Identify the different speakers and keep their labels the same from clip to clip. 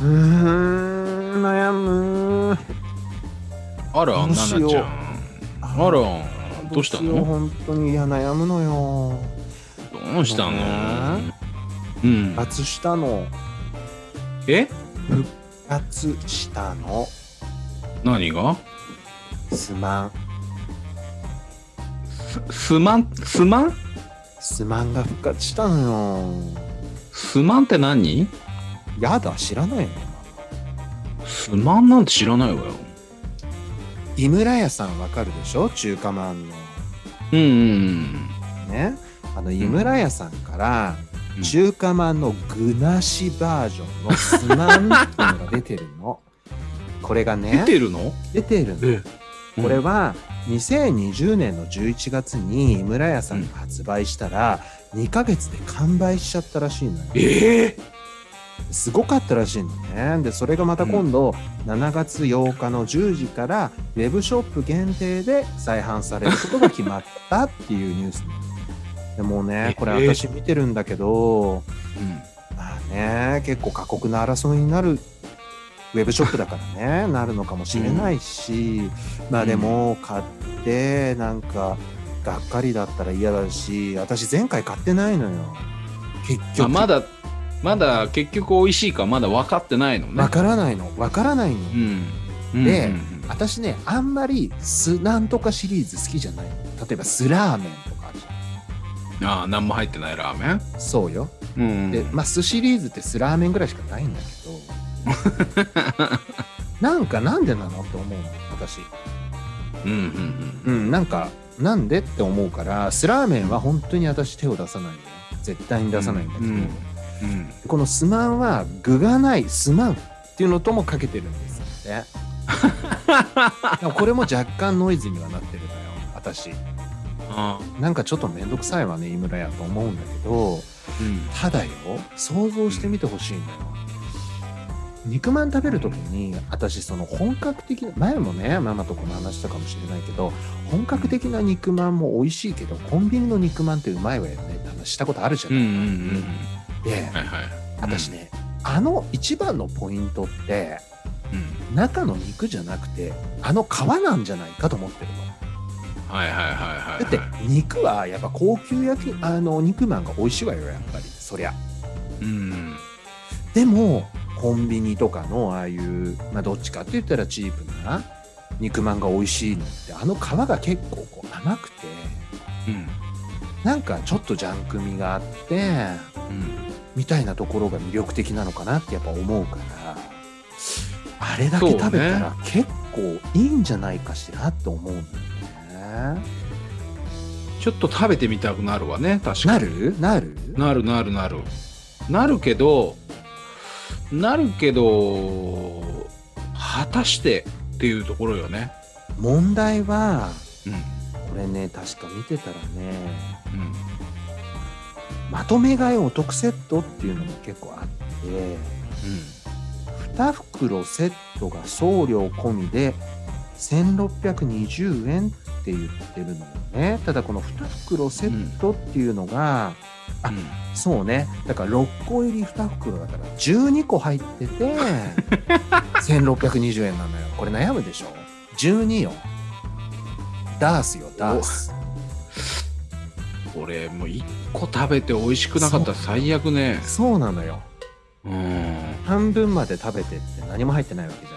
Speaker 1: うーん悩む
Speaker 2: あら、
Speaker 1: どう
Speaker 2: な
Speaker 1: し
Speaker 2: な
Speaker 1: よう
Speaker 2: ちゃん。あら、どうした
Speaker 1: しよ
Speaker 2: の
Speaker 1: 本当にいや悩むのよ
Speaker 2: どうしたの
Speaker 1: ね
Speaker 2: うん。
Speaker 1: 脱したの
Speaker 2: え
Speaker 1: 脱したの
Speaker 2: 何が
Speaker 1: すまん
Speaker 2: すまん、すまん
Speaker 1: すまんが復活したのよ
Speaker 2: すまんって何
Speaker 1: やだ知らないの
Speaker 2: すまんなんて知らないわよ。
Speaker 1: 井村屋さんわかるでしょ中華まんの
Speaker 2: うんうん
Speaker 1: ねあの井村屋さんから、
Speaker 2: うん
Speaker 1: 中華まんの具なしバージョンのすまんっていうのが出てるのこれが
Speaker 2: うん。出
Speaker 1: ね
Speaker 2: てるの
Speaker 1: 出てるの
Speaker 2: え
Speaker 1: これは2020年の11月に井村屋さんが発売したら2ヶ月で完売しちゃったらしいのよ。
Speaker 2: ええ
Speaker 1: すごかったらしいのね。でそれがまた今度7月8日の10時からウェブショップ限定で再販されることが決まったっていうニュースなの。でもうねこれ私見てるんだけどまあね結構過酷な争いになるウェブショップだから ねなるのかもしれないし、まあでも買ってなんかがっかりだったら嫌だし私前回買ってないのよ結
Speaker 2: うん。あ
Speaker 1: 局
Speaker 2: まだ、まだ結局美味しいかまだ分かってないのね
Speaker 1: わ。からないのわからないの、
Speaker 2: うん。うん
Speaker 1: で
Speaker 2: うんうん
Speaker 1: 私ねあんまりすなんとかシリーズ好きじゃないの例えば酢ラーメンとかあるじゃ
Speaker 2: ああ、何も入ってないラーメン
Speaker 1: んそうよ
Speaker 2: うん
Speaker 1: で、まあ、寿司シリーズってスラーメンぐらいしかないんだけど なんかなんでなのって思うの私
Speaker 2: うんうん
Speaker 1: うんなんかなんでって思うからスラーメンは本当に私手を出さないのよ絶対に出さないんだけど、
Speaker 2: うんうん。うん。
Speaker 1: このすまんは具がないすまんっていうのともかけてるんです ってこれも若干ノイズにはなってるのよ私
Speaker 2: あ
Speaker 1: なんかちょっと面倒くさいわね井村屋と思うんだけど
Speaker 2: あ。うん。
Speaker 1: ただよ想像してみてほしいんだよ、肉まん食べる時に私その本格的な前もねママとこの話したかもしれないけど本格的な肉まんも美味しいけどコンビニの肉まんってうまいわよねって話したことあるじゃ
Speaker 2: うん
Speaker 1: な
Speaker 2: う
Speaker 1: い、
Speaker 2: んうん
Speaker 1: で
Speaker 2: うん。はいはい。
Speaker 1: 私ね、あの一番のポイントって
Speaker 2: うん。
Speaker 1: 中の肉じゃなくてあの皮なんじゃないかと思ってるの
Speaker 2: はいはいはいはいはい。
Speaker 1: だって肉はやっぱ高級焼きあの肉まんが美味しいわよやっぱりそりゃ
Speaker 2: うん。
Speaker 1: でもコンビニとかのああいう、まあ、どっちかって言ったらチープな肉まんが美味しいのってあの皮が結構こう甘くて
Speaker 2: うん。
Speaker 1: なんかちょっとジャンク味があって
Speaker 2: うん
Speaker 1: みたいなところが魅力的なのかなってやっぱ思うからあれだけ食べたら結構いいんじゃないかしらって思うんだよね。
Speaker 2: ちょっと食べてみたくなるわね、確か
Speaker 1: な
Speaker 2: に。
Speaker 1: るなる
Speaker 2: なるなるなる。なるけど、なるけど、果たしてっていうところよね。
Speaker 1: 問題は
Speaker 2: うん。
Speaker 1: これね確か見てたらね
Speaker 2: うん。
Speaker 1: まとめ買いお得セットっていうのも結構あって2袋セットが送料込みで1620円って言ってるのよねただこの2袋セットっていうのが、あ
Speaker 2: うん。
Speaker 1: そうねだから6個入り2袋だから12個入ってて1620円なのよこれ悩むでしょ12よダースよダース
Speaker 2: これもう1個食べて美味しくなかったら最悪ね。
Speaker 1: そうなのよ
Speaker 2: うん。
Speaker 1: 半分まで食べてって何も入ってないわけじ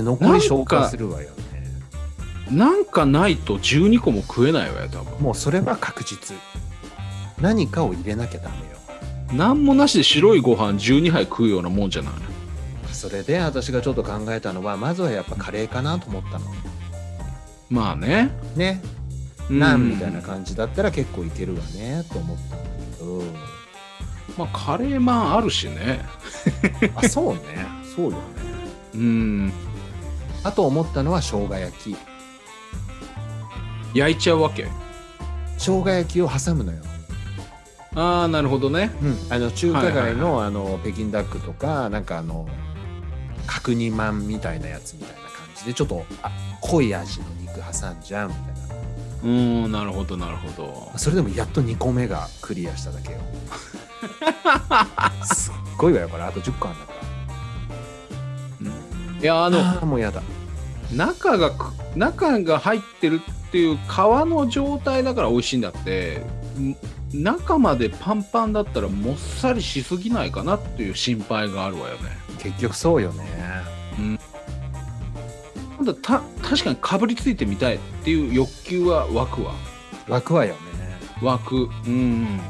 Speaker 1: ゃない。で残り消化するわよね。
Speaker 2: なんかないと12個も食えないわよ、多分。
Speaker 1: もうそれは確実。何かを入れなきゃダメよ。
Speaker 2: なんもなしで白いご飯12杯食うようなもんじゃない。
Speaker 1: それで私がちょっと考えたのはまずはやっぱカレーかなと思ったの。
Speaker 2: まあね。
Speaker 1: ね。
Speaker 2: うん
Speaker 1: ナンみたいな感じだったら結構いけるわねと思ったんだ けど。
Speaker 2: まあカレーまんあるしね。
Speaker 1: あそうね。そうよね。
Speaker 2: うん。
Speaker 1: あと思ったのは生姜焼き。
Speaker 2: 焼いちゃうわけ。
Speaker 1: 生姜焼きを挟むのよ。
Speaker 2: ああ、なるほどね。
Speaker 1: うん、あの中華街の,、あの北京ダックとかなんかあの角煮まんみたいなやつみたいな感じでちょっとあ濃い味の肉挟んじゃうみたいな
Speaker 2: うーん、なるほど、なるほど。
Speaker 1: それでもやっと2個目がクリアしただけよそうごいわよこれあと10個あんだから
Speaker 2: いやあ
Speaker 1: あ
Speaker 2: の
Speaker 1: ーもうやだ
Speaker 2: 中がく中が入ってるっていう皮の状態だから美味しいんだってん中までパンパンだったらもっさりしすぎないかなっていう心配があるわよね
Speaker 1: 結局そうよね
Speaker 2: ただた確かにかぶりついてみたいっていう欲求は湧くわ
Speaker 1: 湧くわよね
Speaker 2: 湧くうん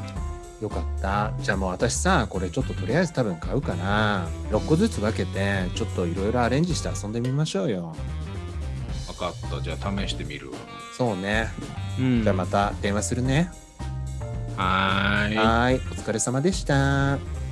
Speaker 1: よかったじゃあもう私さこれちょっととりあえず多分買うかな6個ずつ分けてちょっといろいろアレンジして遊んでみましょうよ
Speaker 2: 分かったじゃあ試してみる
Speaker 1: そうね
Speaker 2: うん
Speaker 1: じゃあまた電話するね、
Speaker 2: はーい
Speaker 1: はーいお疲れ様でした
Speaker 2: お